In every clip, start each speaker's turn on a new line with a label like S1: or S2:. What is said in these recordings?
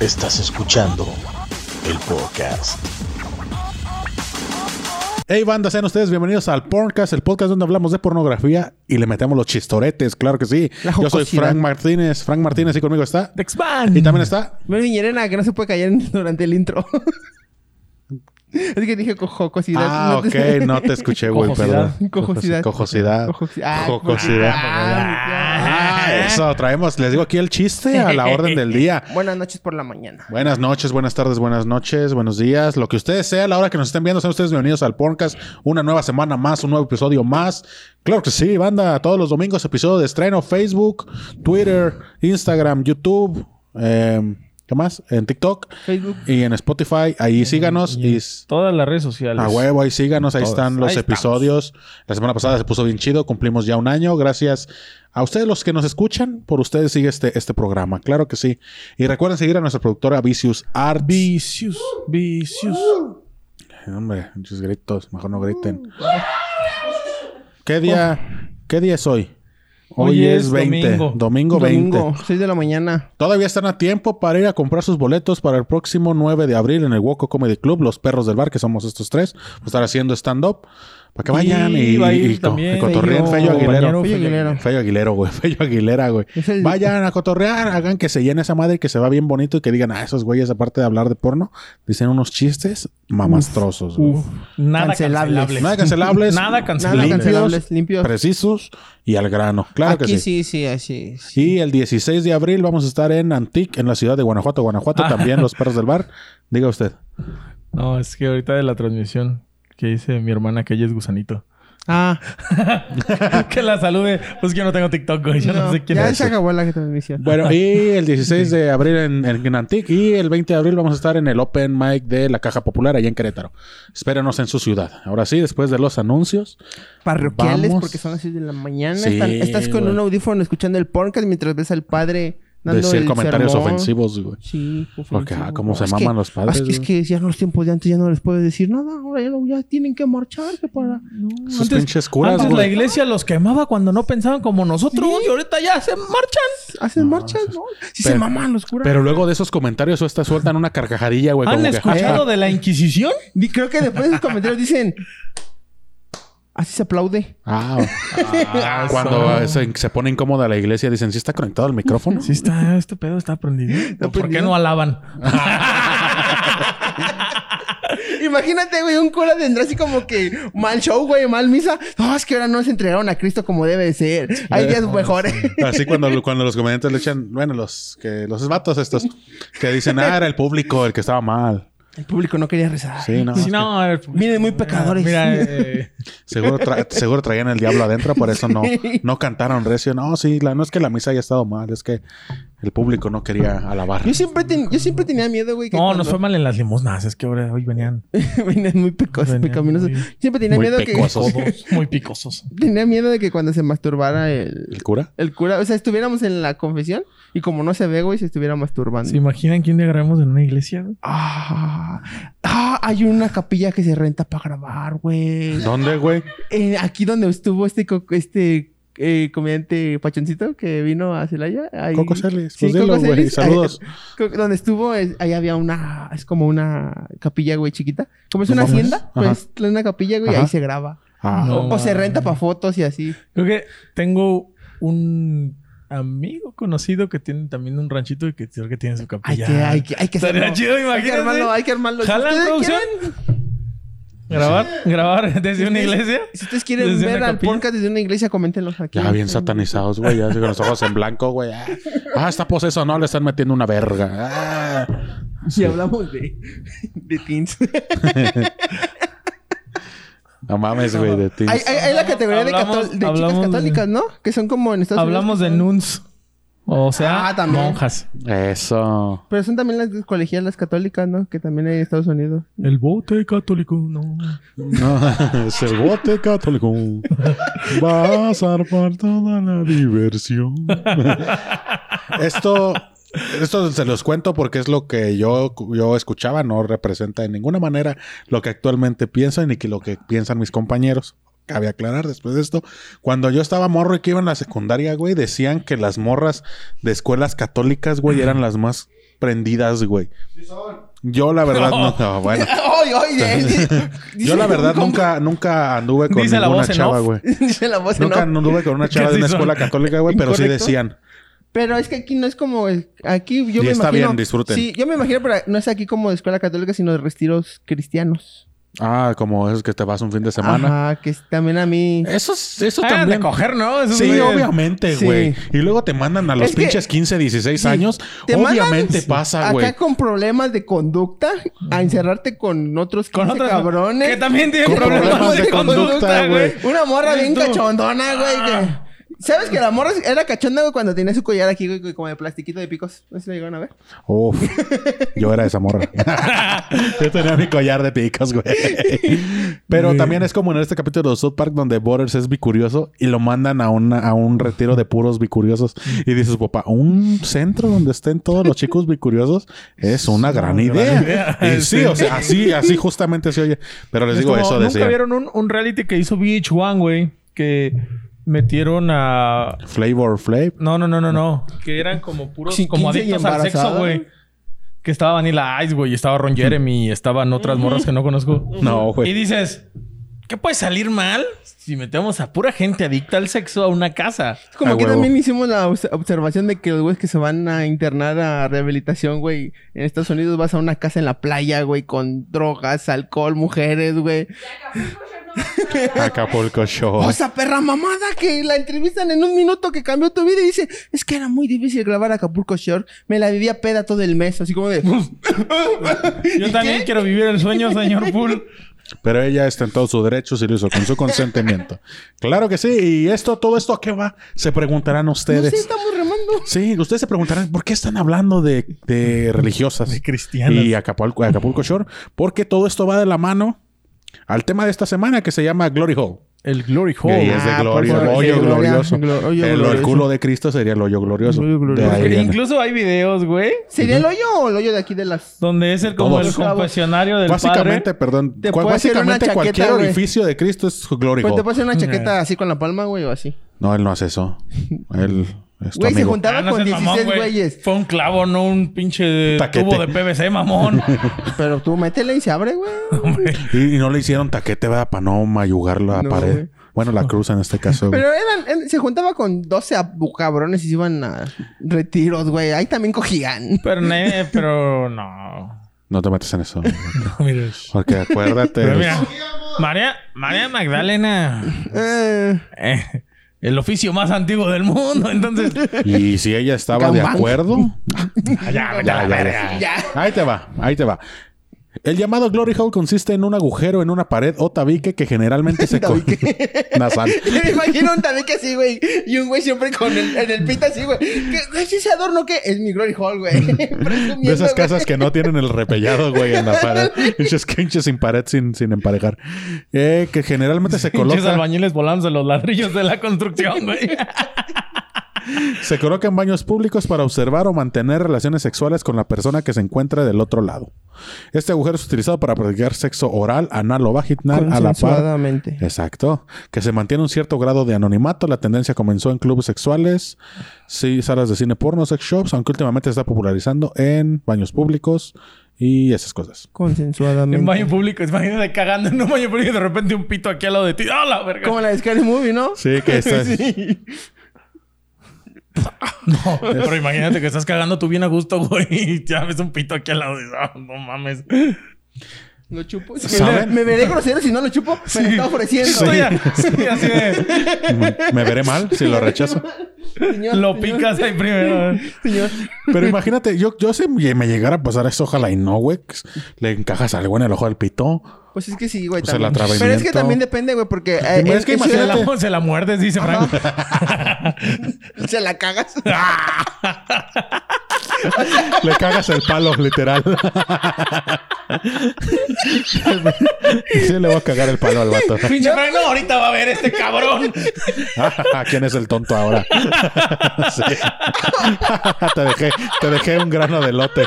S1: Estás escuchando el podcast.
S2: Hey banda, sean ustedes bienvenidos al Porncast, el podcast donde hablamos de pornografía y le metemos los chistoretes, claro que sí.
S3: La
S2: Yo soy
S3: jocosidad.
S2: Frank Martínez, Frank Martínez y conmigo está.
S3: Dexman.
S2: Y también está.
S3: Mel Viñerena, que no se puede callar en- durante el intro. es que dije co- jocosidad.
S2: Ah,
S3: No te-
S2: ok, no te escuché, güey,
S4: Cojosidad.
S2: perdón.
S3: Cojosidad.
S2: Cojosidad.
S3: Cojosi- ah,
S2: Jocosidad.
S3: Ah,
S2: Ah, eso, traemos, les digo aquí el chiste a la orden del día.
S3: Buenas noches por la mañana.
S2: Buenas noches, buenas tardes, buenas noches, buenos días. Lo que ustedes sea, a la hora que nos estén viendo, sean ustedes bienvenidos al Porncast. Una nueva semana más, un nuevo episodio más. Claro que sí, banda. Todos los domingos, episodio de estreno. Facebook, Twitter, Instagram, YouTube. eh, ¿Qué más? En TikTok.
S3: Facebook.
S2: Y en Spotify. Ahí síganos. Y s-
S4: Todas las redes sociales.
S2: a huevo, ahí síganos. Ahí
S4: Todas.
S2: están los
S4: Ahí estamos.
S2: episodios. La semana pasada se puso bien chido. Cumplimos ya un año. Gracias a ustedes los que nos escuchan. Por ustedes sigue este, este programa. Claro que sí. Y recuerden seguir a nuestra productora Vicious Art.
S4: Vicious. Vicious.
S2: Hombre, muchos gritos, mejor no griten. ¿Qué día, ¿qué día es hoy? Hoy,
S4: Hoy
S2: es
S4: es
S2: 20, domingo,
S4: domingo.
S2: 20.
S3: Domingo, 6 de la mañana.
S2: Todavía están a tiempo para ir a comprar sus boletos para el próximo 9 de abril en el Woco Comedy Club. Los perros del bar, que somos estos tres, vamos a estar haciendo stand-up. Para que vayan y,
S4: va a
S2: y-
S4: ir
S2: y co-
S4: también
S2: y cotorreen.
S4: Fello
S2: Fello Aguilero.
S4: Compañero Fello
S3: Aguilera.
S2: Fello Aguilero, güey. Fello Aguilera, güey.
S3: Es el-
S2: Vayan a cotorrear, hagan que se llene esa madre que se va bien bonito y que digan, ah, esos güeyes, aparte de hablar de porno, dicen unos chistes mamastrosos. güey.
S4: Uf, nada
S3: Cancelables.
S4: cancelables.
S2: Nada cancelables.
S4: Nada
S3: Nada,
S4: cancelables.
S3: cancelables, limpios.
S2: Precisos y al grano. Claro
S3: Aquí
S2: que sí.
S3: sí, sí, así. sí.
S2: Y el 16 de abril vamos a estar en Antic, en la ciudad de Guanajuato. Guanajuato
S4: Ah.
S2: también, los perros del bar. Diga usted.
S4: No, es que ahorita de la transmisión que dice mi hermana que ella es gusanito.
S3: Ah,
S4: que la salude. Pues que yo no tengo TikTok, güey. Yo no,
S3: no,
S4: sé quién
S3: ya
S4: es.
S3: se acabó la transmisión.
S2: Bueno, y el 16 de abril en, en, en Antic y el 20 de abril vamos a estar en el Open Mic de la Caja Popular allá en Querétaro. Espérenos en su ciudad. Ahora sí, después de los anuncios.
S3: Parroquiales,
S2: vamos.
S3: porque son las 6 de la mañana.
S2: Sí,
S3: Están- estás con
S2: güey.
S3: un audífono escuchando el podcast mientras ves al padre dando
S2: decir
S3: el
S2: comentarios
S3: sermón.
S2: ofensivos, güey.
S3: Sí,
S2: Porque,
S3: ofensivo.
S2: ah, cómo se
S3: Es
S2: maman
S3: que-
S2: los padres,
S3: Es que, es que ya en los tiempos de antes ya no les puedes decir nada. Ahora ya, no- ya tienen que marcharse para...
S2: Esos pinches curas,
S4: antes la
S2: güey.
S4: iglesia los quemaba cuando no pensaban como nosotros y ahorita ya se marchan.
S3: Hacen marchas, ¿no? Sí se
S2: Pero-
S3: maman los curas.
S2: Pero luego de esos comentarios, estas sueltan una carcajadilla, güey.
S4: ¿Han
S2: como que,
S4: escuchado de la Inquisición?
S3: Di- Creo que después de sus comentarios dicen... Así se aplaude.
S2: Ah, cuando eh, se, se pone incómoda la iglesia, dicen, ¿sí está conectado al micrófono?
S4: Sí, está, este pedo está prendido. ¿Por qué
S3: prendido?
S4: no alaban?
S3: Imagínate, güey, un cura tendrá así como que mal show, güey, mal misa. No, es que ahora no se entregaron a Cristo como debe de ser. Hay días mejores.
S2: Así cuando, cuando los comediantes le echan, bueno, los que los vatos estos, que dicen, ah, era el público el que estaba mal.
S3: El público no quería rezar.
S2: Sí, no.
S4: Si no, el-
S3: Miren, muy pecadores.
S4: ah, Mira, eh,
S2: Seguro, tra- seguro traían el diablo adentro, por eso no, no cantaron recio. No, sí, la, no es que la misa haya estado mal, es que el público no quería alabar.
S3: Yo siempre, ten- yo siempre tenía miedo, güey. que
S4: no, nos
S3: cuando-
S4: fue mal en las limosnas. Es que ahora hoy venían
S3: Venían muy pecosos,
S4: Venían
S3: pecaminosos.
S4: muy-
S3: Siempre tenía
S2: muy
S3: miedo que...
S2: pecosos.
S4: todos muy picosos.
S3: Tenía miedo de que cuando se masturbara el,
S2: ¿El cura?
S3: el cura, o sea, estuviéramos en la confesión y como no se ve, güey, se estuviera masturbando.
S4: ¿Se imaginan quién le grabamos en una iglesia? güey?
S3: Ah, ah, hay una capilla que se renta para grabar, güey.
S2: ¿Dónde, güey?
S3: Eh, aquí donde estuvo este co- este eh, comediante pachoncito que vino a Celaya. ahí-
S2: Coco Celis.
S3: Sí,
S2: Pues dilo,
S3: Coco
S2: güey.
S3: Celis.
S2: Saludos.
S3: Co- Donde estuvo, es- ahí había una, es como una capilla, güey, chiquita. Como es una
S2: No mames.
S3: hacienda, pues una capilla, güey, y
S2: Ajá.
S3: ahí se graba.
S2: Ah,
S4: No.
S3: o, o se renta para fotos y así.
S4: Creo que tengo un amigo conocido que tiene también un ranchito y que creo que tiene su
S3: Hay
S4: capilla.
S3: que, hay que, hay que
S4: Estaría
S3: hacerlo.
S4: chido,
S3: Hay que
S4: imagínate.
S3: armarlo, hay que armarlo. Si
S4: ¿Jalan
S3: ustedes
S4: producción?
S3: quieren-
S4: Grabar, grabar desde una iglesia.
S3: Si ustedes quieren
S4: ¿Desde
S3: ver
S4: una
S3: al
S4: capilla?
S3: podcast desde una iglesia, coméntenlo aquí.
S2: Ya bien satanizados, güey. Ya así con los ojos en blanco, güey. Ah, Ah, está poseso, no, le están metiendo una verga. Ah.
S3: Si hablamos de, de teens.
S2: No mames, güey, de ti.
S3: hay, hay- hay la categoría de,
S4: Hablamos-
S3: cató- de
S4: hablamos
S3: chicas
S4: de-
S3: católicas, ¿no? Que son como en Estados
S4: Hablamos de
S3: Unidos.
S4: nuns. O sea,
S3: Ah, también.
S4: monjas.
S2: Eso.
S3: Pero son también las colegialas las católicas, ¿no? Que también hay en Estados Unidos.
S4: El bote católico, no.
S2: No, es el bote católico. Va a zarpar toda la diversión. Esto, esto se los cuento porque es lo que yo, yo escuchaba. No representa de ninguna manera lo que actualmente pienso ni que lo que piensan mis compañeros. Cabe aclarar después de esto. Cuando yo estaba morro y que iba en la secundaria, güey, decían que las morras de escuelas católicas, güey, eran las más prendidas, güey. Yo la verdad no. no, bueno.
S3: ¡Ay, ay! de- dice-
S2: Yo la verdad nunca, nunca anduve con
S4: Dice la
S2: ninguna
S4: voz en
S2: chava,
S4: off.
S2: güey.
S3: Dice la voz,
S2: Nunca
S3: ¿no?
S2: anduve con una
S4: Que
S2: chava de
S4: sí
S2: una
S4: son
S2: escuela católica, güey, pero sí
S4: incorrectos.
S2: decían.
S3: Pero es que aquí no es como... Aquí yo
S2: Y
S3: me
S2: está
S3: imagino...
S2: bien, disfruten.
S3: Sí, yo me imagino, pero no es aquí como de escuela católica, sino de retiros cristianos.
S2: Ah, como esos que te vas un fin de semana.
S3: Ajá, que es- también a mí...
S2: Eso, es- eso
S4: Ah,
S2: también.
S4: de coger, ¿no? Esos
S2: Sí,
S4: güeyes.
S2: obviamente,
S3: Sí.
S2: güey. Y luego te mandan a los
S3: Es que-
S2: pinches 15, 16
S3: sí.
S2: años.
S3: Te
S2: Obviamente
S3: mandan
S2: pasa,
S3: acá
S2: güey.
S3: con problemas de conducta a encerrarte con otros 15
S4: Con otras
S3: cabrones.
S4: Que también tienen
S2: Con problemas de conducta, güey.
S3: Una morra bien
S4: Listo.
S3: cachondona, güey.
S4: Ah.
S3: que- ¿Sabes que la morra era cachonda güey, cuando tenía su collar aquí, güey, como de plastiquito de picos? ¿No se lo llegaron a ver?
S2: Uf, yo era esa morra. yo tenía mi collar de picos, güey. Pero también es como en este capítulo de South Park donde Butters es bicurioso y lo mandan a, una- a un retiro de puros bicuriosos. Y dice su papá, un centro donde estén todos los chicos bicuriosos es una gran idea.
S4: idea.
S2: Y sí, o sea, así, así justamente se oye. Pero les
S4: Es
S2: digo
S4: como,
S2: eso,
S4: Nunca
S2: decía.
S4: vieron un, un reality que hizo VH1, güey. Que metieron a...
S2: Flavor Flav.
S4: No, no, no, no, no. Que eran como puros...
S3: Sí,
S4: como
S3: 15 y
S4: adictos al sexo,
S3: embarazada.
S4: güey. Que estaba Vanilla Ice, güey. y Estaba Ron Jeremy. y Estaban otras morras que no conozco.
S2: No, güey.
S4: Y dices... ¿Qué puede salir mal si metemos a pura gente adicta al sexo a una casa?
S3: Es como
S2: Ah,
S3: que
S2: huevo.
S3: también hicimos la obs- observación de que los güeyes que se van a internar a rehabilitación, güey, en Estados Unidos vas a una casa en la playa, güey, con drogas, alcohol, mujeres, güey.
S2: Acapulco Show.
S3: O sea, perra mamada que la entrevistan en un minuto que cambió tu vida y dice, es que era muy difícil grabar Acapulco Shore, me la vivía peda todo el mes, así como de...
S4: Yo también quiero vivir el sueño, señor Poole.
S2: Pero ella está en todos sus derechos y lo hizo con su consentimiento. claro que sí. Y esto, todo esto, ¿a qué va? Se preguntarán
S3: No
S2: ustedes.
S3: sé, estamos remando.
S2: Sí, ustedes se preguntarán por qué están hablando de, de religiosas
S4: De cristianas.
S2: y Acapulco, Acapulco Shore, porque todo esto va de la mano al tema de esta semana que se llama Glory Hole.
S4: El Glory
S2: Que
S4: Hole.
S2: es de
S3: Ah,
S2: gloria,
S3: por favor,
S2: hoyo
S3: sí, gloria,
S2: glorioso.
S3: glo- hoyo
S2: el,
S3: glorioso.
S2: culo de Cristo sería el hoyo glorioso.
S3: Hoyo glorioso.
S2: De ahí
S4: Porque
S2: viene.
S4: incluso hay videos, güey,
S3: ¿Sería el hoyo o el hoyo de aquí de las...
S4: donde es el como
S2: Todos.
S4: el confesionario del
S2: Básicamente,
S4: padre.
S2: perdón,
S3: Te
S2: cual-
S3: puede hacer una
S2: básicamente
S3: chaqueta,
S2: cualquier
S3: güey.
S2: orificio de Cristo es Glory
S3: Pues te
S2: Hole.
S3: puedes hacer
S4: Eh.
S3: una chaqueta así con la palma, güey, o así.
S2: No, él no hace eso. Él es tu
S3: Güey, se
S2: amigo.
S3: juntaba
S4: Ah, no
S3: con
S4: seas
S3: 16
S4: mamón, güey.
S3: güeyes.
S4: Fue un clavo, no un pinche
S2: Taquete.
S4: tubo de PVC, mamón.
S3: Pero tú métele y se abre, güey.
S2: Y, y no le hicieron taquete, ¿verdad? Para no mayugar la
S3: No,
S2: pared.
S3: güey.
S2: Bueno, la cruz en este caso. güey.
S3: Pero eran, en- se juntaba con 12 abu- cabrones y se iban a retiros, güey. Ahí también cogían.
S4: pero, ne- pero no.
S2: No te metas en eso.
S4: No, mira.
S2: Porque acuérdate.
S4: Pero mira,
S3: Pues.
S4: María, María Magdalena,
S3: Eh,
S4: eh, el oficio más antiguo del mundo, entonces.
S2: Y si ella estaba de
S3: Gambang.
S2: acuerdo.
S4: Ya,
S2: ya, ya, ya. Ahí te va, ahí te va. El llamado Glory Hole consiste en un agujero en una pared o tabique que generalmente se co- nasal.
S3: Me imagino un tabique así, güey. Y un güey siempre con el, en el pita así, güey. ¿Qué, güey, ese adorno qué? Es mi Glory Hall, güey.
S2: De esas casas que no tienen el repellado, güey, en la pared. Pinches quinches sin pared, sin, sin emparejar. Eh, que generalmente se
S4: Pinches
S2: coloca,
S4: albañiles volándose los ladrillos de la construcción, güey.
S2: se coloca en baños públicos para observar o mantener relaciones sexuales con la persona que se encuentra del otro lado. Este agujero es utilizado para practicar sexo oral, anal o vaginal a la par Eh.
S3: Consensuadamente.
S2: Exacto. Que se mantiene un cierto grado de anonimato. La tendencia comenzó en clubes sexuales, sí, salas de cine porno, sex shops, aunque últimamente se está popularizando en baños públicos y esas cosas.
S3: Consensuadamente.
S4: En baño público, imagínate cagando en un baño público y de repente un pito aquí al lado de ti. ¡Ah, la verga!
S3: Como la de Scary Movie, ¿no?
S2: Sí, que está.
S4: No, pero imagínate que estás cagando tú bien a gusto, güey. Y ya ves un pito aquí al lado. y dices, "Ah, no mames.
S3: Lo chupo.
S2: ¿Saben?
S3: Me veré grosero si no lo chupo. Me lo está ofreciendo.
S4: Estoy, a- estoy así de...
S2: Me- Me veré mal si lo rechazo.
S3: Señor, pues,
S4: Lo
S3: señor,
S4: picas ahí primero.
S3: Señor.
S2: Pero imagínate, yo, yo si me llegara a pasar eso, ojalá y no, güey. Le encajas algo en el ojo del pito.
S3: Pues es que sí, güey.
S2: Pues el
S3: también. Pero es que
S2: atrevimiento.
S3: también depende, güey, porque. eh,
S2: Pero es
S3: en-
S2: que
S3: en
S4: Se
S3: Ciudad-
S4: la, se la muerdes, dice Frank.
S3: Se la cagas.
S2: Le cagas el palo, literal. Sí, le voy a cagar el palo al vato.
S4: Pinche Frank, no, ahorita va a ver este cabrón.
S2: Ah, ¿Quién es el tonto ahora? Sí. te, dejé, te dejé un grano de lote.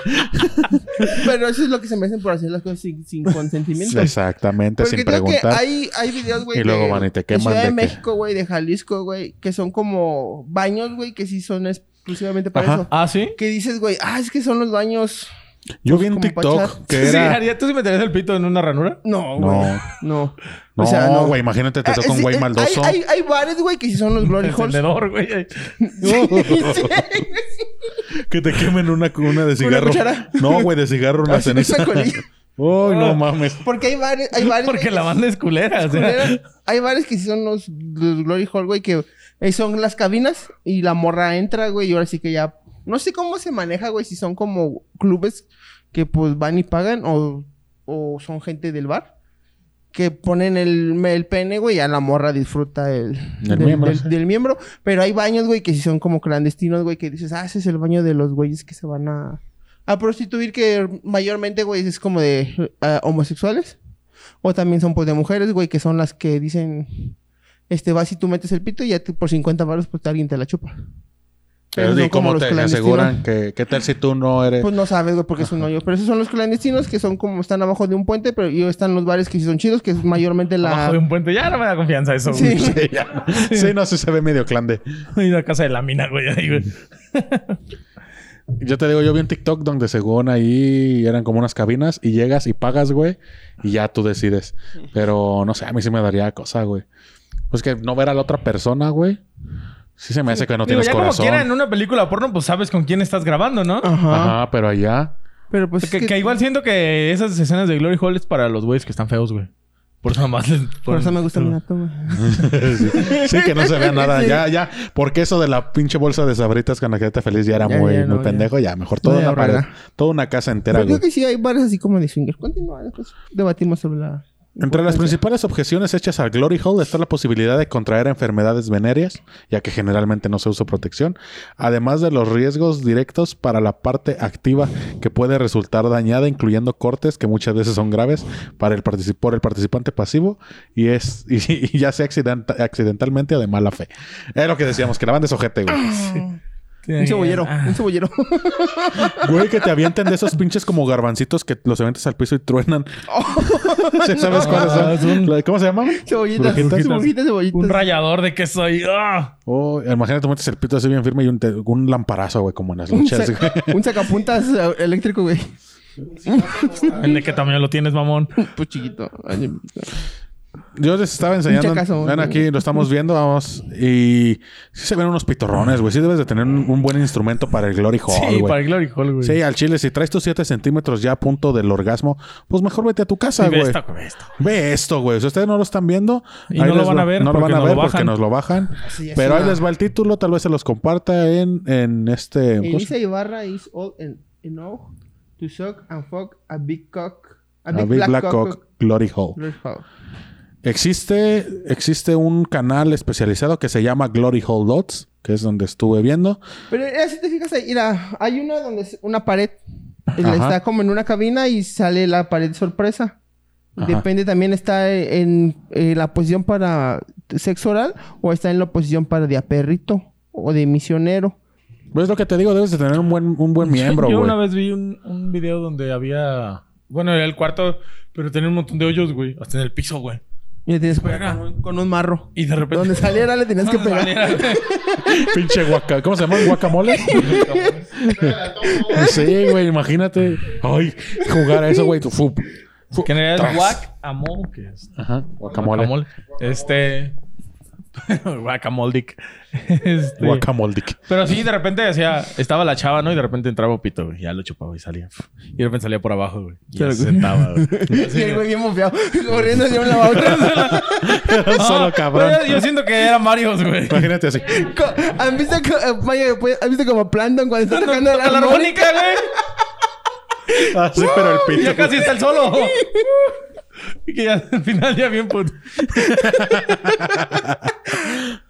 S3: Pero eso es lo que se merecen por hacer las cosas sin, sin consentimiento.
S2: Exactamente,
S3: Porque
S2: sin
S3: creo que
S2: preguntar.
S3: hay, hay videos, güey.
S2: Y luego
S3: de-
S2: van y te
S3: de
S2: queman
S3: Ciudad
S2: de
S3: de,
S2: que-
S3: México, güey, de Jalisco, güey, que son como baños, güey, que sí son es- exclusivamente para
S2: Ajá.
S3: eso.
S4: ¿Ah, sí?
S3: ¿Qué dices, güey? Ah, es que son los baños.
S2: Yo vi en
S3: como
S2: TikTok
S3: Pachat.
S2: que era.
S4: Sí, ¿Tú sí meterías el pito en una ranura?
S3: No,
S2: No.
S3: güey. No.
S2: No,
S3: O sea, no.
S2: güey, imagínate, te
S3: Ah,
S2: toca un
S3: sí,
S2: güey
S3: eh,
S2: maldoso.
S3: Hay, hay, hay bares, güey, que sí son los glory holes.
S4: Encendedor, güey.
S2: Que te quemen una, una de cigarro.
S3: cuchara?
S2: no, güey, de cigarro una
S3: Así,
S2: ceniza.
S3: esa colilla.
S2: Uy,
S3: Ah.
S2: no mames.
S3: Porque hay bares, hay bares.
S4: Porque
S3: güey,
S4: la banda es culera. o sea.
S3: culera. Hay bares que sí son los, los glory hole, güey, que eh, son las cabinas y la morra entra, güey, y ahora sí que ya. No sé cómo se maneja, güey, si son como clubes que pues van y pagan o, o son gente del bar. Que ponen el, el pene, güey, ya la morra disfruta el,
S2: Del miembro,
S3: del-
S2: sí.
S3: del miembro. Pero hay baños, güey, que sí son como clandestinos, güey, que dices, ah, ese es el baño de los güeyes que se van a, a prostituir, que mayormente, güey, es como de eh, homosexuales. O también son pues de mujeres, güey, que son las que dicen, este, vas y tú metes el pito y ya te- por 50 baros pues alguien te la chupa.
S2: Pero,
S3: no
S2: ¿Y cómo
S3: como los
S2: te
S3: clandestinos.
S2: aseguran que qué tal si tú no eres?
S3: Pues no sabes, güey, porque es un hoyo. Pero esos son los clandestinos que son como están abajo de un puente, pero y están los bares que sí son chidos, que es mayormente la...
S4: Abajo de un puente. Ya no me da confianza eso,
S3: Sí.
S4: güey.
S2: Sí, ya. Sí, no, sí se ve medio clande.
S4: Y la casa de la mina, güey. ahí, güey.
S2: Yo te digo, yo vi un TikTok donde según ahí eran como unas cabinas y llegas y pagas, güey, y ya tú decides. Pero no sé, a mí sí me daría cosa, güey. Pues que no ver a la otra persona, güey. Sí se me hace que no
S4: Digo,
S2: tienes
S4: ya
S2: corazón.
S4: como quiera, en una película porno, pues sabes con quién estás grabando, ¿no?
S3: Ajá.
S2: Ajá, pero allá.
S3: Pero pues... Ah, es
S4: Que,
S3: que-
S4: que igual siento que esas escenas de Glory Hall es para los güeyes que están feos, güey. Por eso nomás les
S3: Por
S4: ponen-
S3: eso me gusta mi gato, güey.
S2: sí. Sí, que no se vea nada.
S3: Sí.
S2: Ya, ya. Porque eso de la pinche bolsa de sabritas con la que te feliz ya era
S3: Ya,
S2: muy,
S3: ya, no,
S2: muy
S3: ya.
S2: pendejo. Ya, mejor toda
S3: No, ya,
S2: una pared.
S3: rara.
S2: Toda una casa entera,
S3: Pero
S2: güey.
S3: creo que sí hay bares así como de swingers. Continúa, después debatimos sobre la...
S2: Entre las
S4: Pues
S3: importancia.
S2: principales objeciones hechas al Glory Hole está la posibilidad de contraer enfermedades venéreas, ya que generalmente no se usa protección, además de los riesgos directos para la parte activa que puede resultar dañada, incluyendo cortes que muchas veces son graves para el partici- por el participante pasivo y es y, y ya sea accidenta- accidentalmente o de mala fe. Es lo que decíamos, que la banda es ojete, güey.
S4: Ah.
S3: Un cebollero, un cebollero.
S2: Güey, que te avienten de esos pinches como garbancitos que los aventas al piso y truenan. ¿Sí ¿Sabes cuáles
S4: Oh. Ah, es
S2: son?
S4: un-
S2: ¿Cómo se llaman?
S3: Cebollitas,
S2: Brujitas.
S3: cebollitas, cebollitas.
S4: Un rayador de que soy. ¡Ah!
S2: Oh, imagínate, tú metes el pito así bien firme y un, te- un lamparazo, güey, como en las
S3: Un,
S2: luchas. güey.
S3: sa- un sacapuntas eh, eléctrico, güey.
S4: El de que también lo tienes, mamón.
S3: Pues chiquito. Ay,
S2: Yo les estaba enseñando.
S3: Un chacazo.
S2: Ven aquí, lo estamos viendo, vamos. Y sí se ven unos pitorrones, güey. Sí debes de tener un, un buen instrumento para el Glory Hall,
S4: sí,
S2: güey.
S4: para el Glory Hall, güey.
S2: Sí, al chile, si traes tus 7 centímetros ya a punto del orgasmo, pues mejor vete a tu casa,
S4: Y ve
S2: güey.
S4: esta, güey, esta.
S2: Ve esto, güey. Si ustedes no lo están viendo,
S4: Y no lo
S2: les
S4: van a ver
S2: no lo van
S4: porque
S2: a
S4: nos
S2: ver
S4: lo
S2: porque
S4: bajan.
S2: nos lo bajan.
S3: Así es,
S2: Pero ahí
S3: una-
S2: les va el título, tal vez se los comparta en, en este. ¿cómo se-
S3: Elisa Ibarra is all and know to suck and fuck a big cock. A
S2: A Big Black Cock Glory Hole.
S3: Glory hole.
S2: Existe, existe un canal especializado que se llama Glory Hole Dots, que es donde estuve viendo.
S3: Pero eh, si te fijas ahí, mira, hay una donde es una pared.
S2: Ajá.
S3: Está como en una cabina y sale la pared sorpresa.
S2: Ajá.
S3: Depende también está en, eh, la posición para sexo oral o está en la posición para de a perrito o de misionero.
S2: ¿Ves lo que te digo? Debes de tener un buen, un buen miembro,
S4: Yo una
S2: güey.
S4: vez vi un, un video donde había. Bueno, era el cuarto, pero tenía un montón de hoyos, güey. Hasta en el piso, güey.
S3: Y le tienes que pegar
S4: Verga.
S3: con un- con un marro.
S4: Y de repente.
S3: Donde saliera le tenías que
S4: ¿Dónde
S3: pegar.
S4: saliera, güey?
S2: Pinche guaca... ¿Cómo se llaman? ¿Guacamoles? sí, güey, imagínate. Ay, jugar a eso, güey. Tu fup. Fup.
S4: que en realidad
S2: Tras.
S4: es guac amol, que es
S2: Ajá, guacamole.
S4: guacamole. Este. Guacamoldic. Este.
S2: Guacamoldic.
S4: Pero sí, de repente decía, estaba la chava, ¿no? Y de repente entraba Pito, güey. Ya lo chupaba y salía. Y de repente salía por abajo, güey. Y ya
S3: Pero-
S4: se sentaba, güey. Así
S3: Y el
S4: que-
S3: güey bien bofeado, corriendo de un lado a otro.
S2: Solo cabrón.
S4: Ah, Pero Yo siento que era Mario, güey.
S2: Imagínate así.
S3: Co- ¿Han visto, co- eh, Maya, pues, ¿Han visto como Planton cuando está tocando la,
S4: La
S3: armónica?
S4: armónica, güey.
S2: Así, pero el
S4: Y Ya
S2: pito.
S4: casi está el solo. Y que ya al final ya bien puto.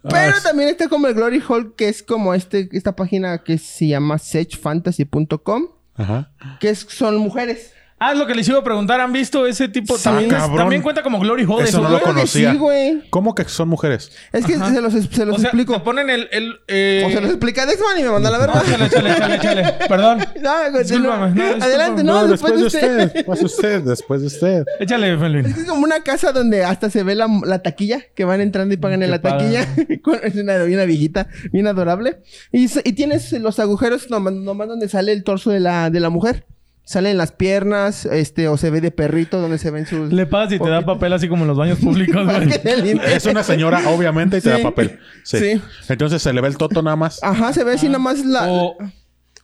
S3: Pero también está como el Glory Hole, que es como este, esta página que se llama sexfantasy.com,
S2: Ajá.
S3: que es- son mujeres.
S4: Ah, es lo que les iba a preguntar. ¿Han visto ese tipo?
S2: Sí.
S4: ¿También, es-
S2: Cabrón.
S4: también cuenta como Glory
S2: Eso
S4: Hole. eso,
S2: no
S4: güey?
S2: lo
S3: Claro que
S2: conocía.
S3: sí, güey.
S2: ¿Cómo que son mujeres?
S3: Es que
S4: Ajá.
S3: se los, se los
S4: O sea,
S3: explico.
S4: te ponen el... el eh...
S3: O se los expliqué a Dexman y me mandó a la verga.
S4: Ah, chale, chale, chale, chale. Perdón.
S3: No, güey,
S4: Discúlpame, no, discúlpame.
S3: Adelante, no, después, de usted.
S2: Después de usted, después de usted.
S4: Échale,
S3: Es
S4: Felvin.
S3: que es como una casa donde hasta se ve la, la taquilla, que van entrando y pagan en
S4: Que
S3: la taquilla. Con- es una, una viejita, bien adorable. Y, se- y tienes los agujeros nomás, nomás donde sale el torso de la, de la mujer. Salen las piernas, este, o se ve de perrito donde se ven sus...
S4: Le pagas y te da papel así como en los baños públicos, güey.
S2: Es una señora, obviamente, y te
S3: Sí.
S2: da papel. Sí.
S3: Sí.
S2: Entonces se le ve el toto nada más.
S3: Ajá, se ve así nomás la...
S4: Ah, O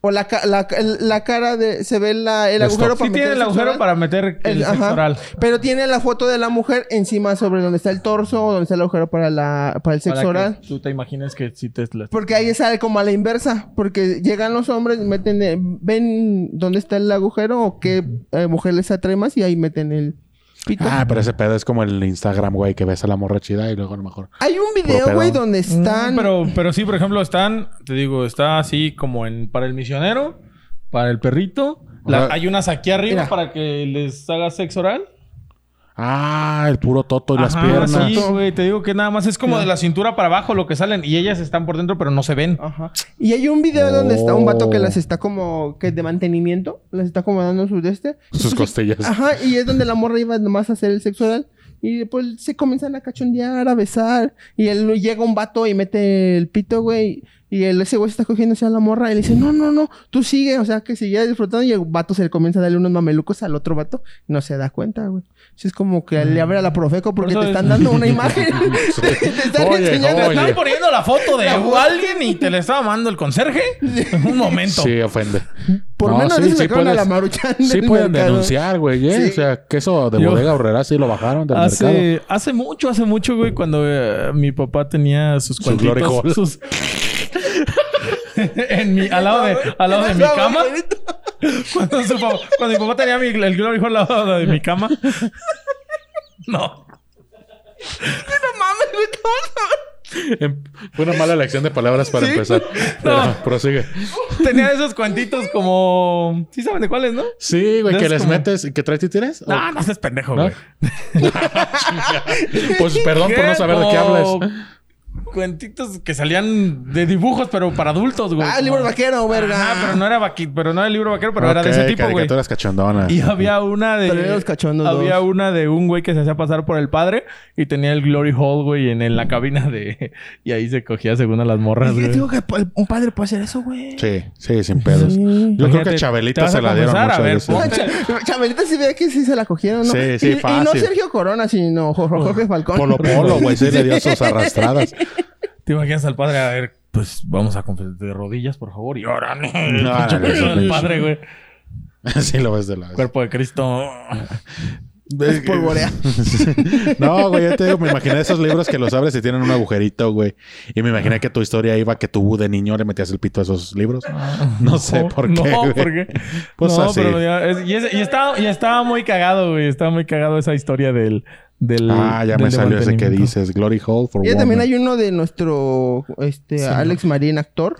S3: O la, ca- la, el- la cara de... Se ve la, el
S2: Los
S3: agujero
S4: sí
S3: meter
S4: tiene el
S3: sexo
S4: agujero
S3: oral.
S4: para meter el,
S3: El-
S4: sexo
S3: ajá.
S4: oral.
S3: Pero tiene la foto de la mujer encima sobre donde está el torso o donde está el agujero para, la, para el sexo
S4: Para que
S3: oral.
S4: Tú te imaginas que sí te... la-
S3: Porque ahí sale como a la inversa. Porque llegan los hombres, meten, eh, ven dónde está el agujero o qué eh, mujer les atrae más y ahí meten el pito.
S2: Ah, pero ese pedo es como el Instagram, güey, que ves a la morra chida y luego a lo mejor.
S3: Hay un
S2: Puro
S3: video,
S2: pedo.
S3: güey, donde están.
S4: Mm, Pero, pero sí, por ejemplo, están, te digo, está así como en para el misionero, para el perrito. La-
S2: Ajá.
S4: hay unas aquí arriba
S3: Mira.
S4: para que les haga sexo oral.
S2: Ah, el puro toto y las
S4: Ajá,
S2: piernas.
S4: Sí, güey, te digo que nada más es como de la cintura para abajo lo que salen y ellas están por dentro, pero no se ven.
S3: Ajá. Y hay un video donde está un vato que
S2: Oh.
S3: las está como que de mantenimiento, las está como dando su de este.
S2: Sus costillas.
S4: Ah,
S3: Ajá, y es donde la morra iba nomás a hacer el sexo oral. Y después se comienzan a cachondear, a besar. Y él llega un vato y mete el pito, güey. Y el, ese güey se está cogiéndose a la morra. Y le dice, no, no, no, tú sigue. O sea, que sigue disfrutando. Y el vato se le comienza a darle unos mamelucos al otro vato. Y no se da cuenta, güey. Así es como que le abre a la profeco porque
S4: eso
S3: te
S4: es-
S3: están dando una imagen. te están
S2: Oye,
S4: Te
S3: enseñando.
S2: oye.
S4: están poniendo la foto de alguien y te le estaba mandando el conserje. Un momento.
S2: Sí, ofende.
S3: Por
S2: No,
S3: menos
S2: sí,
S3: de eso
S2: sí
S3: sacaron a la
S2: puedes-
S3: maruchan.
S2: Sí
S3: del
S2: pueden
S3: mercado.
S2: denunciar, güey. ¿eh?
S3: Sí.
S2: O sea, que eso de
S4: Yo- Ah,
S2: bodega horrera sí lo bajaron del mercado.
S4: Hace, hace mucho, hace mucho, güey, cuando eh, mi papá tenía sus
S2: Su glory hole.
S4: cuadritos. Sus... en mi, al lado de, al lado de mi
S3: Estaba
S4: cama.
S3: bonito.
S4: Cuando, su papá- cuando mi papá tenía mi- el glory hole al lado de mi cama. No.
S3: No mames, güey. ¿cómo no?
S2: Em, Fue una mala elección de palabras para empezar. Pero
S4: No.
S2: prosigue.
S4: Tenía esos cuentitos como... ¿Sí saben de cuáles, no?
S2: Sí, güey,
S4: No
S2: que
S4: es
S2: les
S4: como-
S2: metes y que traes títeres. ¿O-
S4: No, no seas pendejo,
S2: ¿No?
S4: güey.
S2: Pues perdón por no saber de qué
S4: Como
S2: hablas.
S4: Cuentitos que salían de dibujos, pero para adultos, güey.
S3: Ah, el libro vaquero, verga.
S4: Ah, pero no era vaqui- pero no era el libro vaquero, pero era de ese
S2: Ok,
S4: tipo, güey.
S2: Caricaturas cachondonas.
S4: Y había una de.
S3: Pero eran los cachondos
S4: eh, Había
S3: dos.
S4: una de un güey que se hacía pasar por el padre y tenía el Glory Hall, güey, en, en la cabina de. Y ahí se cogía según a las morras,
S3: Yo
S4: güey.
S3: digo que po- un padre puede hacer eso, güey.
S2: Sí, sí, sin pedos. Yo creo
S4: Imagínate,
S2: que
S4: ¿te
S2: Chabelita
S4: vas
S2: se
S4: a
S2: la dieron
S4: confesar? A
S2: muchas
S4: ver,
S2: veces.
S4: ponte-
S3: Cha- Chabelita sí ve que sí se la cogieron, ¿no?
S2: Sí, sí,
S3: y, Y no
S2: fácil.
S3: Sergio Corona, sino Jo- Jorge Falcón.
S4: pues.
S2: Polo Polo, güey, sí le dio sus arrastradas.
S4: Te imaginas al padre, a ver, pues vamos a confesar de rodillas, por favor, y oran.
S2: No,
S4: Pinche
S2: no, no,
S4: persona,
S2: no, no.
S4: el padre, güey.
S2: sí lo ves de la
S4: Cuerpo de Cristo.
S3: Es polvorea.
S2: No, güey, yo te digo, me imaginé esos libros que los abres y tienen un agujerito, güey. Y me imaginé que tu historia iba que tú de niño le metías el pito a esos libros. No sé por qué.
S4: No,
S2: güey.
S4: porque.
S2: Pues
S4: no,
S2: así.
S4: pero ya es- y, es- y estaba, y estaba muy cagado, güey. Estaba muy cagado esa historia del. del
S2: Ah, ya
S4: del
S2: me salió ese que
S4: mantenimiento.
S2: dices, Glory Hall for
S3: Y también
S2: Woman.
S3: hay uno de nuestro este
S4: Sí,
S3: Alex Marín, actor.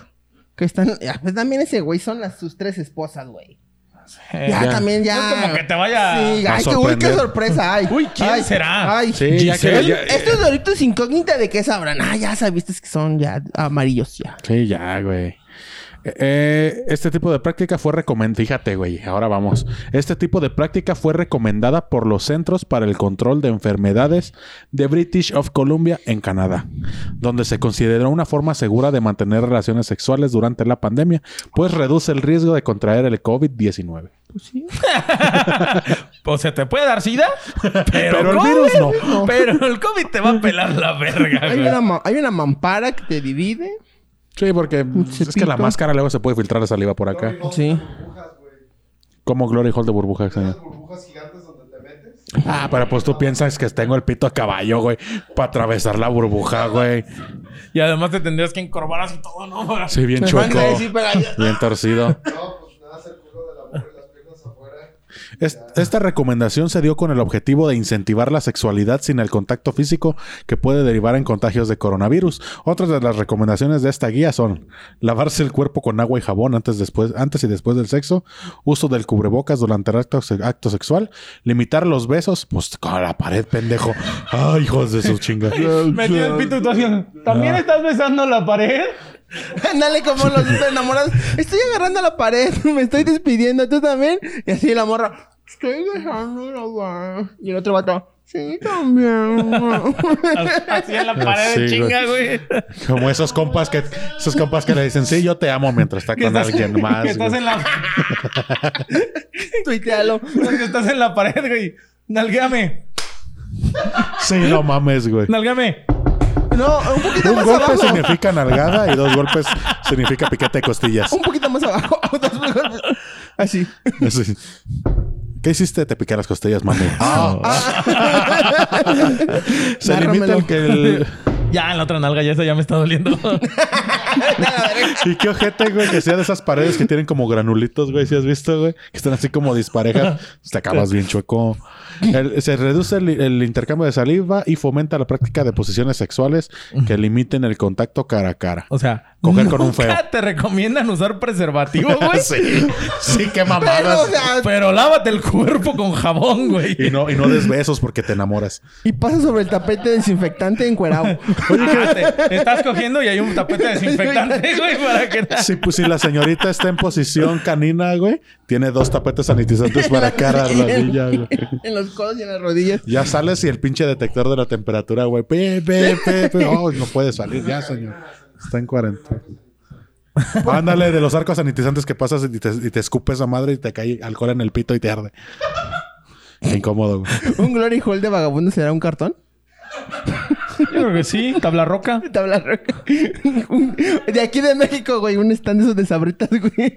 S3: Que están... ah, pues también ese güey son las, sus tres esposas, güey.
S4: Eh,
S3: Ya,
S2: ya.
S3: también ya...
S4: No es como que te vaya
S3: Sí,
S2: a
S3: ay, qué, uy, qué
S2: sorprender.
S3: sorpresa. Ay,
S4: Uy, ¿quién
S3: ay,
S4: será?
S3: Ay,
S2: Sí, ya que- ya- eh.
S3: Estos doritos incógnita de qué sabrán. Ah, ya sabiste que son ya amarillos ya.
S2: Sí, ya, güey. Eh, eh, este tipo de práctica fue recomendada, fíjate, güey, ahora vamos. Este tipo de práctica fue recomendada por los Centros para el Control de Enfermedades de British of Columbia en Canadá, donde se consideró una forma segura de mantener relaciones sexuales durante la pandemia, pues reduce el riesgo de contraer el COVID-19.
S3: Pues sí.
S4: O sea, te puede dar sida, pero,
S2: Pero el
S4: COVID,
S2: virus no.
S4: Pero el COVID te va a pelar la verga,
S3: Hay
S4: güey.
S3: una, ma- hay una mampara que te divide.
S2: Sí, porque es que la
S3: cepito.
S2: máscara luego se puede filtrar la saliva por acá.
S3: Sí.
S2: Como Glory Hall de burbujas, señor.
S5: Unas burbujas gigantes donde te metes.
S2: Ah, pero pues tú piensas que tengo el pito a caballo, güey, para atravesar la burbuja, güey.
S4: Y además te tendrías que encorvar así todo, ¿no?
S2: Sí, bien
S3: Me
S2: chueco.
S3: van a decir, pero-
S2: Bien torcido.
S5: No, pues nada, más el culo de la mujer y las piernas afuera.
S2: Es- esta recomendación se dio con el objetivo de incentivar la sexualidad sin el contacto físico que puede derivar en contagios de coronavirus. Otras de las recomendaciones de esta guía son lavarse el cuerpo con agua y jabón antes, después, antes y después del sexo, uso del cubrebocas durante el acto, se- acto sexual, limitar los besos, pues con la pared, pendejo. Ay, hijos de sus chingas.
S4: Metí el pito y tú así, ¿También estás besando la pared?
S3: Ándale como los enamorados. Estoy agarrando la pared, me estoy despidiendo, tú también. Y así la morra, estoy besando la pared. Y el otro vato, sí, también.
S4: Así en la pared,
S2: Sí, güey.
S4: chinga, güey.
S2: Como esos compas que esos compas que le dicen, sí, yo te amo mientras está
S4: Que
S2: con alguien más.
S4: que estás
S2: güey.
S4: en la,
S3: Tuitealo.
S4: que estás en la pared, güey. Nalgame,
S2: Sí, no mames, güey.
S4: nalgame.
S3: No, un poquito
S2: Un
S3: más
S2: golpe
S3: abajo.
S2: significa nalgada y dos golpes significa piquete de costillas.
S3: Un poquito más abajo. Así.
S2: Sí. ¿Qué hiciste? Te piqué las costillas, mami.
S4: Ah,
S2: Se limita el que el-
S4: Ya, la otra nalga, ya esa ya me está doliendo.
S2: Y qué ojete, güey, que sea de esas paredes que tienen como granulitos, güey, si has visto, güey, que están así como disparejas. Te acabas bien chueco. El- se reduce el, el intercambio de saliva y fomenta la práctica de posiciones sexuales que limiten el contacto cara a cara.
S4: O sea,
S2: Coger con un feo.
S4: nunca te recomiendan usar preservativo, güey.
S2: Sí, sí, qué
S3: Pero, o
S2: mamadas.
S3: sea,
S4: Pero lávate el cuerpo con jabón, güey.
S2: Y no, y no des besos porque te enamoras.
S3: y pasa sobre el tapete desinfectante encuerado.
S4: Ah, te- estás cogiendo y hay un tapete desinfectante, güey, para que...
S2: Sí, pues si la señorita está en posición canina, güey, tiene dos tapetes sanitizantes para cara, rodilla, güey.
S3: En los codos y en las rodillas.
S2: Ya sales y el pinche detector de la temperatura, güey. Pe, pe, pe, pe. Oh, no puede salir ya, señor. Está en cuarentena. Ándale, de los arcos sanitizantes que pasas y te, y te escupes a madre y te cae alcohol en el pito y te arde. Qué incómodo, güey.
S3: ¿Un glory hole de vagabundo será un cartón?
S4: Yo creo que sí, tabla roca.
S3: Tabla roca. Un- De aquí de México, güey. Un stand de esos de sabritas, güey.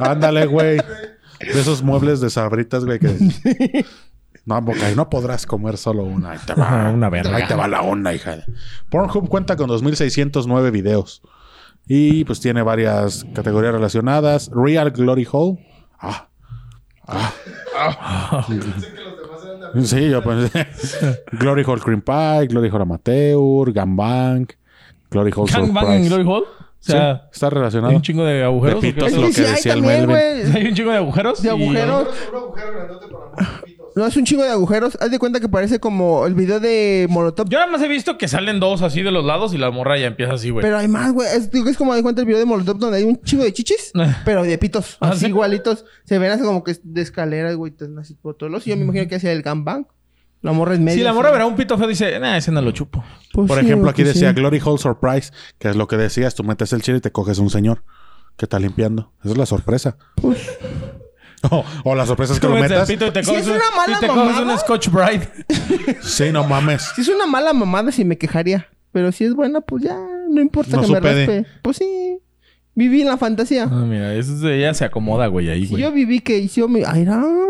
S2: Ándale, güey. De esos muebles de sabritas, güey, que... No, boca, y no podrás comer solo una. Ahí te va.
S4: Una verga.
S2: Ahí te va la onda, hija. Pornhub cuenta con 2.609 videos. Y pues tiene varias categorías relacionadas. Real Glory Hole. Ah.
S5: Pensé que los demás eran de amigos.
S2: Sí, yo pensé. Glory Hole Cream Pie, Glory Hole Amateur, Gangbang, Glory Hole
S4: Gangbang
S2: Surprise.
S4: en Glory Hole. O sea,
S2: Sí, está
S4: hay
S2: relacionado.
S4: un chingo de agujeros.
S2: De
S4: ¿o qué?
S2: pitos,
S4: O
S2: Es lo que decía el Melvin.
S4: sea, Hay un chingo de agujeros.
S3: De
S4: y-
S3: agujeros.
S5: Es un agujero grandote para muchos pitos.
S3: No, es un chingo de agujeros. Haz de cuenta que parece como el video de Molotov.
S4: Yo nada más he visto que salen dos así de los lados y la morra ya empieza así, güey.
S3: Pero hay más, güey. Es, digo, es como de cuenta el video de Molotov donde hay un chingo de chichis, pero de pitos.
S4: Ah,
S3: así
S4: ¿sí?
S3: igualitos. Se ven así como que de escaleras, güey. tan Así por todos lados. Y Yo me imagino que hacia el gangbang. La morra es medio.
S4: Si la morra
S3: así.
S4: verá un pito feo, dice, nah, ese no lo chupo.
S3: Pues
S2: Por
S3: sí,
S2: ejemplo,
S3: güey,
S2: aquí
S3: pues sí.
S2: decía Glory Hole Surprise, que es lo que decías, tú metes el chile y te coges un señor que está limpiando. Esa es la sorpresa.
S3: Pues.
S2: O- o la sorpresa es que
S4: Tú
S2: lo
S4: metes el
S2: metas.
S4: pito y te
S3: Si
S4: coges
S3: es
S4: un-
S3: una mala
S4: y te coges
S3: mamada.
S4: un Scotch Brite.
S2: Sí, no mames.
S3: Si es una mala mamada, sí me quejaría. Pero si es buena, pues ya. No importa
S2: No
S3: que me
S2: supe de-
S3: raspe. Pues sí. Viví en la fantasía.
S4: Ah, mira, eso es- ella se acomoda, güey, ahí,
S3: si
S4: güey.
S3: yo viví que hizo mi. Ay, no.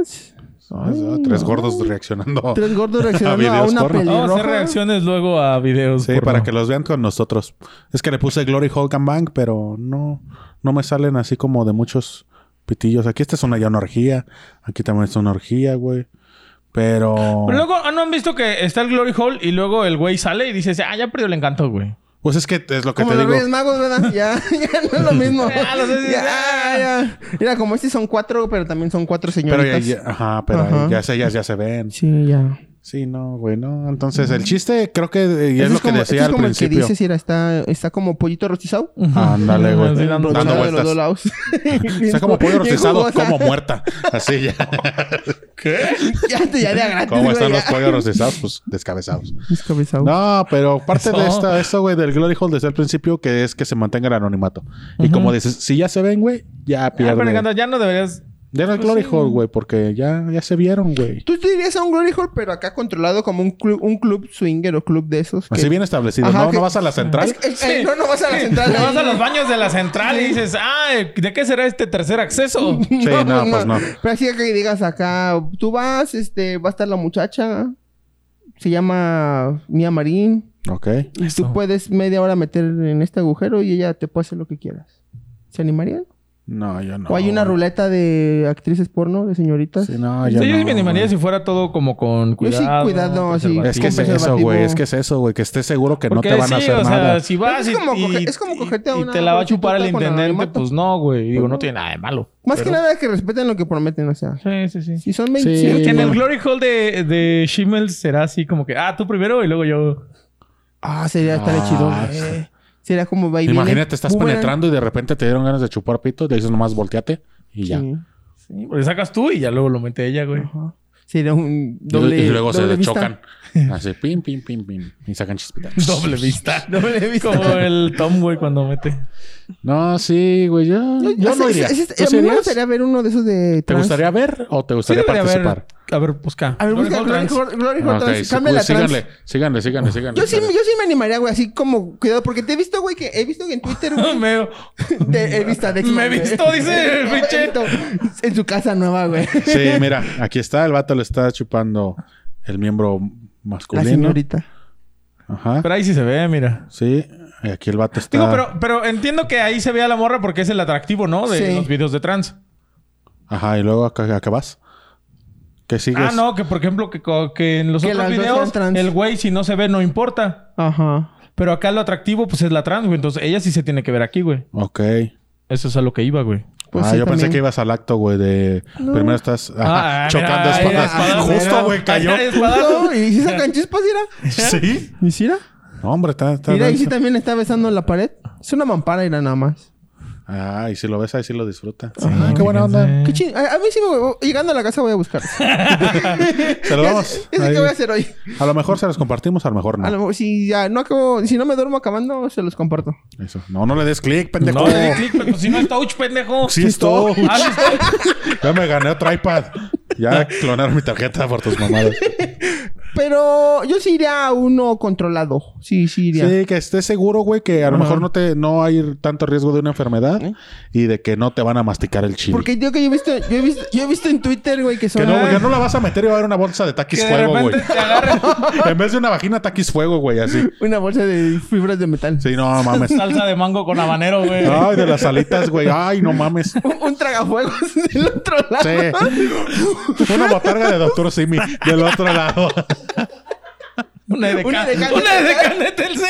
S2: Ah, Tres gordos reaccionando.
S3: Tres gordos reaccionando a,
S2: videos
S3: una
S2: porno.
S4: Vamos a hacer
S3: pelirroja.
S4: reacciones luego a videos.
S2: Sí,
S4: porno.
S2: para que los vean con nosotros. Es que le puse Glory Hole Gangbang, pero no, no me salen así como de muchos pitillos. Aquí esta es una ya una orgía. Aquí también es una orgía, güey. Pero.
S4: Pero luego, ah, ¿no han visto que está el Glory Hole y luego el güey sale y dice, ah, ya perdió el encanto, güey?
S2: Pues es que es lo que te
S3: Como los
S2: digo.
S3: Reyes Magos, ¿verdad? Ya, ya no es lo mismo.
S4: Ya, los Reyes-
S3: Ya, ya. Mira, como este son cuatro, pero también son cuatro
S2: Pero
S3: señoritas.
S2: ya, ya- ajá, pero
S3: Ajá.
S2: ahí ya se, ellas ya se ven.
S3: Sí, ya.
S2: Sí, no, güey, no. Entonces, el chiste creo que eh, y
S3: Ese
S2: es lo que
S3: como, ese
S2: decía
S3: es
S2: al
S3: como el
S2: principio.
S3: que dices, mira, está, está como pollito rostizado.
S2: Ándale, güey.
S4: Sí, dando-
S3: Rostizado
S2: dando
S3: de
S2: vueltas.
S3: los dos lados.
S2: Está como pollo
S3: Bien
S2: rostizado,
S3: jugosa.
S2: como muerta. Así ya.
S3: Ya te ya de a gratis,
S2: ¿Cómo
S3: güey,
S2: están
S3: ya.
S2: los pollos rostizados? Pues descabezados.
S3: Descabezado.
S2: No, pero parte de
S4: Eso.
S2: esta, esto, güey, del Glory Hole desde el principio, que es que se mantenga el anonimato. Y como dices, si ya se ven, güey, ya
S4: Ya perdió Ah, el Pues encanto,
S2: pierden.
S4: ya no deberías...
S2: Ya no el Glory Hole, güey, porque ya, ya se vieron, güey.
S3: Tú te dirías a un glory hole, pero acá controlado como un club, un club swinger o club de esos. que-
S2: Así bien establecido.
S3: Ajá,
S2: no,
S3: que-
S2: no vas a la central.
S3: Es que- es que- No, no vas a la
S4: Te
S3: central. eh.
S4: vas a
S3: ahí.
S4: los baños de la central y dices, ah, ¿de qué será este tercer acceso?
S2: Sí, no, pues no.
S3: Pero así que digas acá, tú vas, este, va a estar la muchacha, se llama Mia Marín,
S2: Ok.
S3: y tú
S4: Eso.
S3: puedes media hora meter en este agujero y ella te puede hacer lo que quieras. ¿Se animarían?
S2: No, yo no.
S3: O hay una ruleta de actrices porno, de señoritas.
S2: Sí, no, yo
S4: Yo, yo
S2: no,
S4: me animaría
S2: güey.
S4: si fuera todo como con
S3: Yo sí,
S4: cuidado.
S3: cuidado, sí.
S4: preservativo.
S2: Es que es
S3: con
S2: eso,
S3: preservativo.
S2: güey. Es que es eso, güey. Que estés seguro que
S4: Porque
S2: no te van a
S4: sí,
S2: hacer
S4: o sea,
S2: nada.
S4: si vas
S3: Es
S4: y,
S3: como coge-
S4: y-
S3: es como cogerte a
S4: y
S3: una
S4: te la va a chupar el
S3: prostituta con
S4: intendente,
S3: anonimato.
S4: pues no, güey. Digo, no tiene nada de malo.
S3: Más que nada que respeten lo que prometen, o sea.
S4: Sí, sí, sí.
S3: Si son
S2: Sí.
S3: 27.
S4: Que en el
S2: bueno.
S4: Glory Hall de, de Schimmel será así como que, ah, tú primero y luego yo.
S3: Ah, sería estar
S2: Ah,
S3: chido.
S2: sí.
S3: güey. Sería como va y viene.
S2: Imagínate, estás
S3: Boomerang.
S2: penetrando y de repente te dieron ganas de chupar pito. Le dices nomás volteate y ya.
S3: Sí.
S4: Sí, le sacas tú y ya luego lo mete ella, güey.
S3: Ajá. Sería un
S2: Y-
S3: doble.
S2: y luego se
S3: doble vista.
S2: chocan. Así, pim, pim, pim, pim. Y sacan chispitas.
S4: Doble vista.
S3: Doble vista.
S4: Como el Tom, güey, cuando mete.
S2: No, sí, güey. Yo, yo
S3: O sea,
S2: no
S3: es-
S2: iría.
S3: es- es-
S2: ¿Tú
S3: a
S2: sí
S3: mí me
S2: irías?
S3: gustaría ver uno de esos de
S2: ¿Te
S3: trans.
S2: gustaría ver o te gustaría
S4: debería haber.
S2: participar?
S4: A ver, busca.
S3: A ver, busca
S4: Glory Hall
S3: Glory
S4: Trans.
S3: Hall- Glory Hall
S2: Ok,
S3: trans.
S2: sí,
S3: Cambia
S2: güey,
S3: la trans.
S2: síganle, síganle, síganle, síganle.
S3: Yo sí, yo sí me animaría, güey, así como, cuidado, porque te he visto, güey, que he visto que en Twitter, güey,
S4: Me-
S3: te he visto a Dexman,
S4: Me he
S3: güey.
S4: visto, dice el
S3: He
S4: pinche.
S3: visto En su casa nueva, güey.
S2: Sí, mira, aquí está, el vato le está chupando el
S3: Ah,
S2: miembro
S3: La
S2: masculino.
S3: señorita.
S2: Ajá.
S4: Pero ahí sí se ve, mira.
S2: Sí, y aquí el vato está.
S4: Digo, pero, pero entiendo que ahí se ve a la morra porque es el atractivo, ¿no? De
S3: Sí.
S4: los videos de trans.
S2: Ajá, y luego acá, acá vas. ¿Qué sigues?
S4: Ah, no, que por ejemplo, que, co- que en los
S3: Que
S4: otros
S3: las dos
S4: videos,
S3: sean trans.
S4: el güey si no se ve, no importa.
S3: Ajá.
S4: Pero acá lo atractivo, pues es la trans, güey. Entonces ella sí se tiene que ver aquí, güey.
S2: Ok.
S4: Eso es a lo que iba, güey.
S3: Pues
S2: ah,
S3: sí,
S2: yo pensé
S3: también.
S2: que ibas al acto, güey, de... Primero estás ajá,
S4: Ah,
S2: chocando
S4: mira,
S2: espadas.
S4: ahí era espadazos.
S2: Justo, güey, cayó.
S4: Ahí era espadazos.
S3: No, y si sacan chispas, mira.
S2: ¿Sí?
S3: ¿Y si era?
S2: No, hombre, está... está
S3: Mira, y si
S2: denso.
S3: también está besando la pared. Es una mampara, era nada más.
S2: Ah, y si lo ves ahí, sí lo disfruta. ah, qué buena onda.
S4: Eh.
S3: Qué chido. A, a mí sí me voy. Llegando a la casa voy a buscar.
S2: Se lo damos.
S3: Es
S2: Ahí.
S3: que voy a hacer hoy.
S2: A lo mejor se los compartimos, a lo mejor no.
S3: A lo mejor, si ya no acabo, si no me duermo acabando, se los comparto.
S2: Eso. No, no le des clic, pendejo.
S4: No le di clic, pero si no es touch, pendejo.
S2: Sí es touch.
S4: Ah, sí es touch.
S2: Ya me gané otro iPad. Ya clonaron mi tarjeta por tus mamadas.
S3: Pero yo sí iría a uno controlado. Sí, sí iría.
S2: Sí, que estés seguro, güey, que a lo mejor no te no hay tanto riesgo de una enfermedad y de que no te van a masticar el chile.
S3: Porque yo que yo he visto, yo he visto, yo he visto en Twitter, güey, que son.
S2: Que no, que no la vas a meter y va a haber una bolsa de taquis
S4: Que de
S2: fuego, güey.
S4: repente te agarren
S2: En vez de una vagina, taquis fuego, güey, así.
S3: Una bolsa de fibras de metal.
S2: Sí, no mames.
S4: salsa de mango con habanero, güey.
S2: Ay, de las alitas, güey. Ay, no mames.
S3: Un, un tragafuegos del otro lado.
S2: Sí. Una botarga de Doctor Simi del otro lado.
S4: Una de
S3: Una de
S4: can-
S3: Can-
S4: Una de can de Telcel.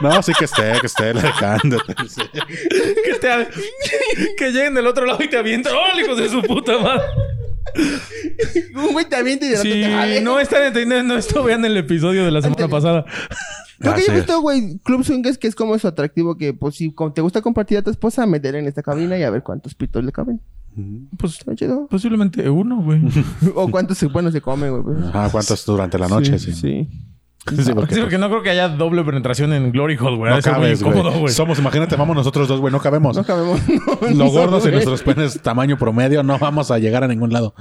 S2: No, sí que esté, que esté la cándate. Sí.
S4: Que, te a- que lleguen del otro lado y te avientan. ¡Oh, hijos de su puta madre!
S3: Un güey te avienta y de repente te jale.
S4: Si no están entendiendo esto, vean el episodio de la semana pasada.
S3: Yo que yo he
S2: Así
S3: visto, güey, Club Swingers, que es como su atractivo, que pues si con- te gusta compartir a tu esposa, meter en esta cabina y a ver cuántos pitos le caben.
S4: Pues
S3: Está chido.
S4: posiblemente uno, güey.
S3: O cuántos se- bueno se come, güey. pues.
S2: Ajá, ¿cuántos durante la noche? Ah, Sí, sí.
S3: sí.
S2: porque
S4: Sí, porque no creo que haya doble penetración en Glory Hall, güey. Ha
S2: no
S4: de ser muy
S2: cabes,
S4: incómodo,
S2: güey. Somos, imagínate, vamos nosotros dos, güey, no cabemos.
S3: No cabemos. no, no
S2: Los gordos y
S3: güey.
S2: nuestros penes tamaño promedio no vamos a llegar a ningún lado.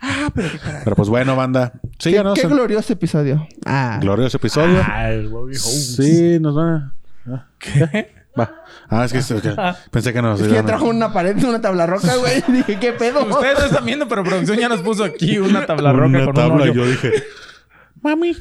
S3: Ah, pero qué carajo.
S2: Pero pues bueno, banda.
S3: Qué,
S2: Síganos.
S3: qué
S2: en-
S3: glorioso episodio. Ah.
S2: glorioso episodio.
S4: Ah, el Glory Hall.
S2: Sí, nos van a... ah, Va. Ah, es que, es que pensé que nos
S3: Es que ya
S2: iban a-
S3: trajo una pared, una tabla roca, güey. Dije, ¿qué pedo?
S4: Ustedes no están viendo, pero producción ya nos puso aquí una tabla roca
S2: una
S4: con un
S2: tabla y
S4: hoyo.
S2: yo dije... Mami.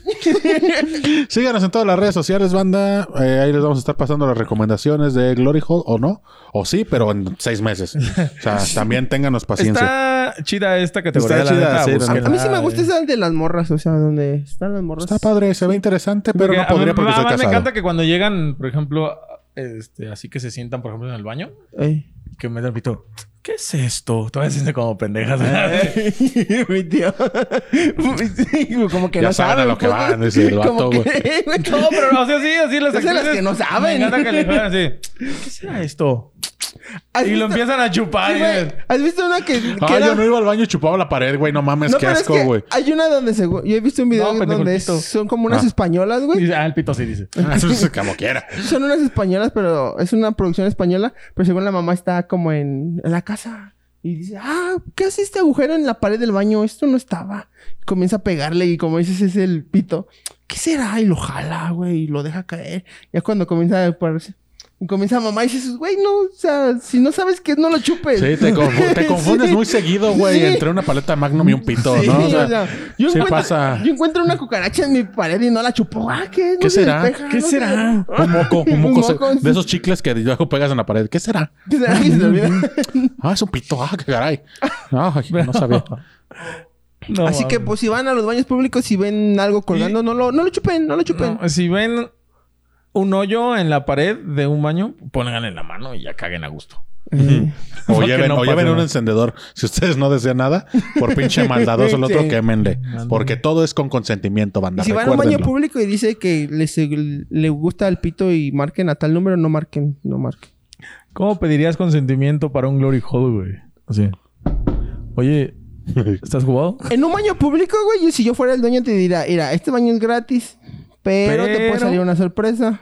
S2: Síganos en todas las redes sociales, banda. Eh, ahí les vamos a estar pasando las recomendaciones de Glory Hall o no. O sí, pero en seis meses. O sea, también ténganos paciencia.
S4: Está chida esta categoría.
S2: Está
S4: la
S2: chida,
S4: neta,
S2: sí, la
S4: búsquenla.
S3: A mí sí me gusta esa de las morras, o sea, donde están las morras.
S2: Está, padre, se ve interesante, pero
S4: Porque
S2: no podría
S4: a mí-
S2: porque soy
S4: a mí
S2: casado.
S4: me encanta que cuando llegan, por ejemplo, este, así que se sientan, por ejemplo, en el baño,
S3: Ey.
S4: y que me repito, ¿qué es esto? Todavía se sienten como pendejas.
S3: Mi tío. Sí, como que
S2: Ya
S3: no
S2: saben a
S3: saben
S2: lo que
S3: pues.
S2: van, dice el
S3: Como
S2: vato,
S3: que-
S4: No, pero no, o sea, sí, así las
S3: Es de las que no saben.
S4: Me encanta que le juegan así. ¿Qué será esto?
S3: ¿Has
S4: Y
S3: visto-
S4: lo empiezan a chupar.
S3: Sí,
S4: y-
S3: güey. ¿Has visto una que, que
S2: Ah,
S3: era-
S2: yo no iba al baño y chupaba la pared, güey. No mames,
S3: No,
S2: qué
S3: pero es
S2: asco,
S3: que
S2: güey.
S3: Hay una donde seguro... Yo he visto un video
S4: No, pendejo,
S3: donde
S4: el pito.
S3: son como unas
S2: Ah.
S3: españolas,
S4: y
S3: güey.
S4: dice, ah, el pito sí dice.
S2: Como quiera.
S3: Son unas españolas, pero es una producción española. Pero según la mamá está como en, en la casa. Y dice, ah, ¿qué hace este agujero en la pared del baño? Esto no estaba. Comienza a pegarle y como dices, es el pito. ¿Qué será? Y lo jala, güey, y lo deja caer. Ya cuando comienza a pararse. Y comienza a mamá y dices, güey, no, o sea, si no sabes qué, no lo chupes.
S2: Sí, te, confu- te confundes
S3: Sí.
S2: muy seguido, güey,
S3: Sí.
S2: entre una paleta Magnum y un pito,
S3: Sí,
S2: ¿no? O
S3: o
S2: sea,
S3: sea, yo,
S2: sí
S3: encuentro,
S2: pasa.
S3: yo encuentro una cucaracha en mi pared y no la chupo. Ah, ¿qué? No
S2: ¿Qué
S3: se
S2: será?
S3: despeja,
S4: ¿Qué
S3: no se-
S4: será?
S2: Un moco, un
S3: Un
S2: moco, se-
S3: moco, sí.
S2: de esos chicles que debajo pegas en la pared. ¿Qué será?
S3: ¿Qué será que se le olvida?
S2: Ah, es un pito. Ah, qué caray. Ay, no sabía.
S4: No,
S3: Así que,
S4: mames.
S3: pues, si van a los baños públicos y ven algo colgando, no lo, no lo chupen, no lo chupen.
S4: No, si ven un hoyo en la pared de un baño, pónganle la mano y ya caguen a gusto.
S2: O
S4: No, que
S2: lleven,
S4: no
S2: o
S4: pase
S2: lleven un
S4: nada.
S2: encendedor. Si ustedes no desean nada, por pinche maldadoso el otro,
S3: Sí.
S2: quémenle. Porque todo es con consentimiento,
S3: Y
S2: banda.
S3: si van a un baño
S2: Recuérdenlo.
S3: público y dice que les, le gusta el pito y marquen a tal número, no marquen, no marquen.
S4: ¿Cómo pedirías consentimiento para un glory hole, güey? Así. Oye, ¿estás jugado?
S3: En un baño público, güey, si yo fuera el dueño te diría, mira, este baño es gratis, pero, te puede
S4: Pero-
S3: salir una sorpresa.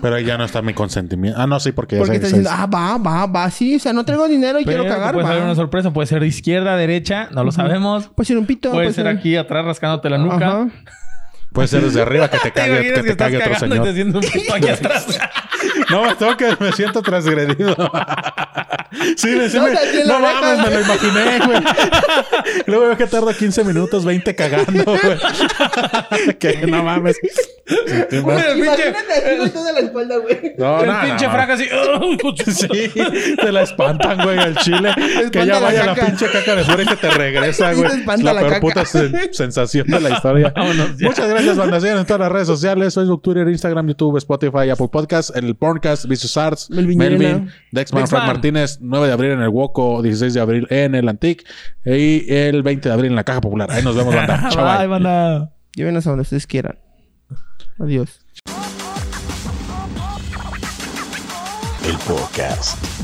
S2: Pero ahí ya no está mi consentimiento. Ah, no, sí, porque ya
S3: Porque
S2: se-
S3: estás
S2: se-
S3: diciendo, ah, va, va, va, sí, o sea, no traigo dinero y quiero
S4: Pero
S3: cagar,
S4: Puede ser
S3: va.
S4: una sorpresa, puede ser izquierda, derecha, no lo sabemos.
S3: Puede ser un pito,
S4: Puede ser aquí atrás rascándote la nuca.
S3: Ajá.
S2: Puede ser desde arriba que te
S4: ¿Te
S2: cague,
S4: imaginas
S2: que
S4: que,
S2: te
S4: estás
S2: cague otro
S4: cagando y te
S2: señor.
S4: haciendo un pito aquí atrás?
S2: No, tengo que me siento transgredido. Sí, me, sí
S3: No,
S2: me-
S3: te hacía la
S2: no
S3: oreja.
S2: mames, me lo imaginé, güey. Luego veo que tarda 15 minutos, 20 cagando, güey. Que no mames. Sí, te-
S4: Güey, el pinche,
S3: Imagínate así, toda la espalda, güey.
S2: No,
S4: el
S2: Oh, no,
S4: pinche
S2: no.
S4: fraca así. ¡Uy, coche!
S2: Sí, te la espantan, güey, al chile. que
S3: espanta
S2: ya
S3: la
S2: vaya la,
S3: caca.
S2: pinche caca de fuera y que te regresa,
S3: Sí,
S2: güey.
S3: te
S2: Es
S3: espanta
S2: la,
S3: la
S2: peor
S3: caca.
S2: puta sen- sensación de la historia.
S4: Vámonos ya.
S2: Muchas gracias, banda. Sigan en todas las redes sociales: Facebook, Twitter, Instagram, YouTube, Spotify, Apple Podcast, el Porncast, Vicious Arts, Melvin,
S3: Melvin Llerena.
S2: Dexman,
S4: Dexman.
S2: Frank Martínez, 9 de abril en el Woco, 16 de abril en el Antic y el 20 de abril en la Caja Popular. Ahí nos vemos, banda. Chao. bye.
S4: Ay, banda.
S3: Llévenos a donde ustedes quieran. Adiós.
S1: El podcast.